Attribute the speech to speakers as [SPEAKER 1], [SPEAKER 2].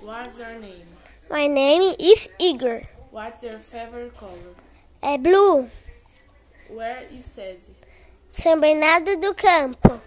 [SPEAKER 1] What's your name?
[SPEAKER 2] My name is Igor.
[SPEAKER 1] What's your favorite color?
[SPEAKER 2] É blue.
[SPEAKER 1] Where is César?
[SPEAKER 2] São Bernardo do Campo.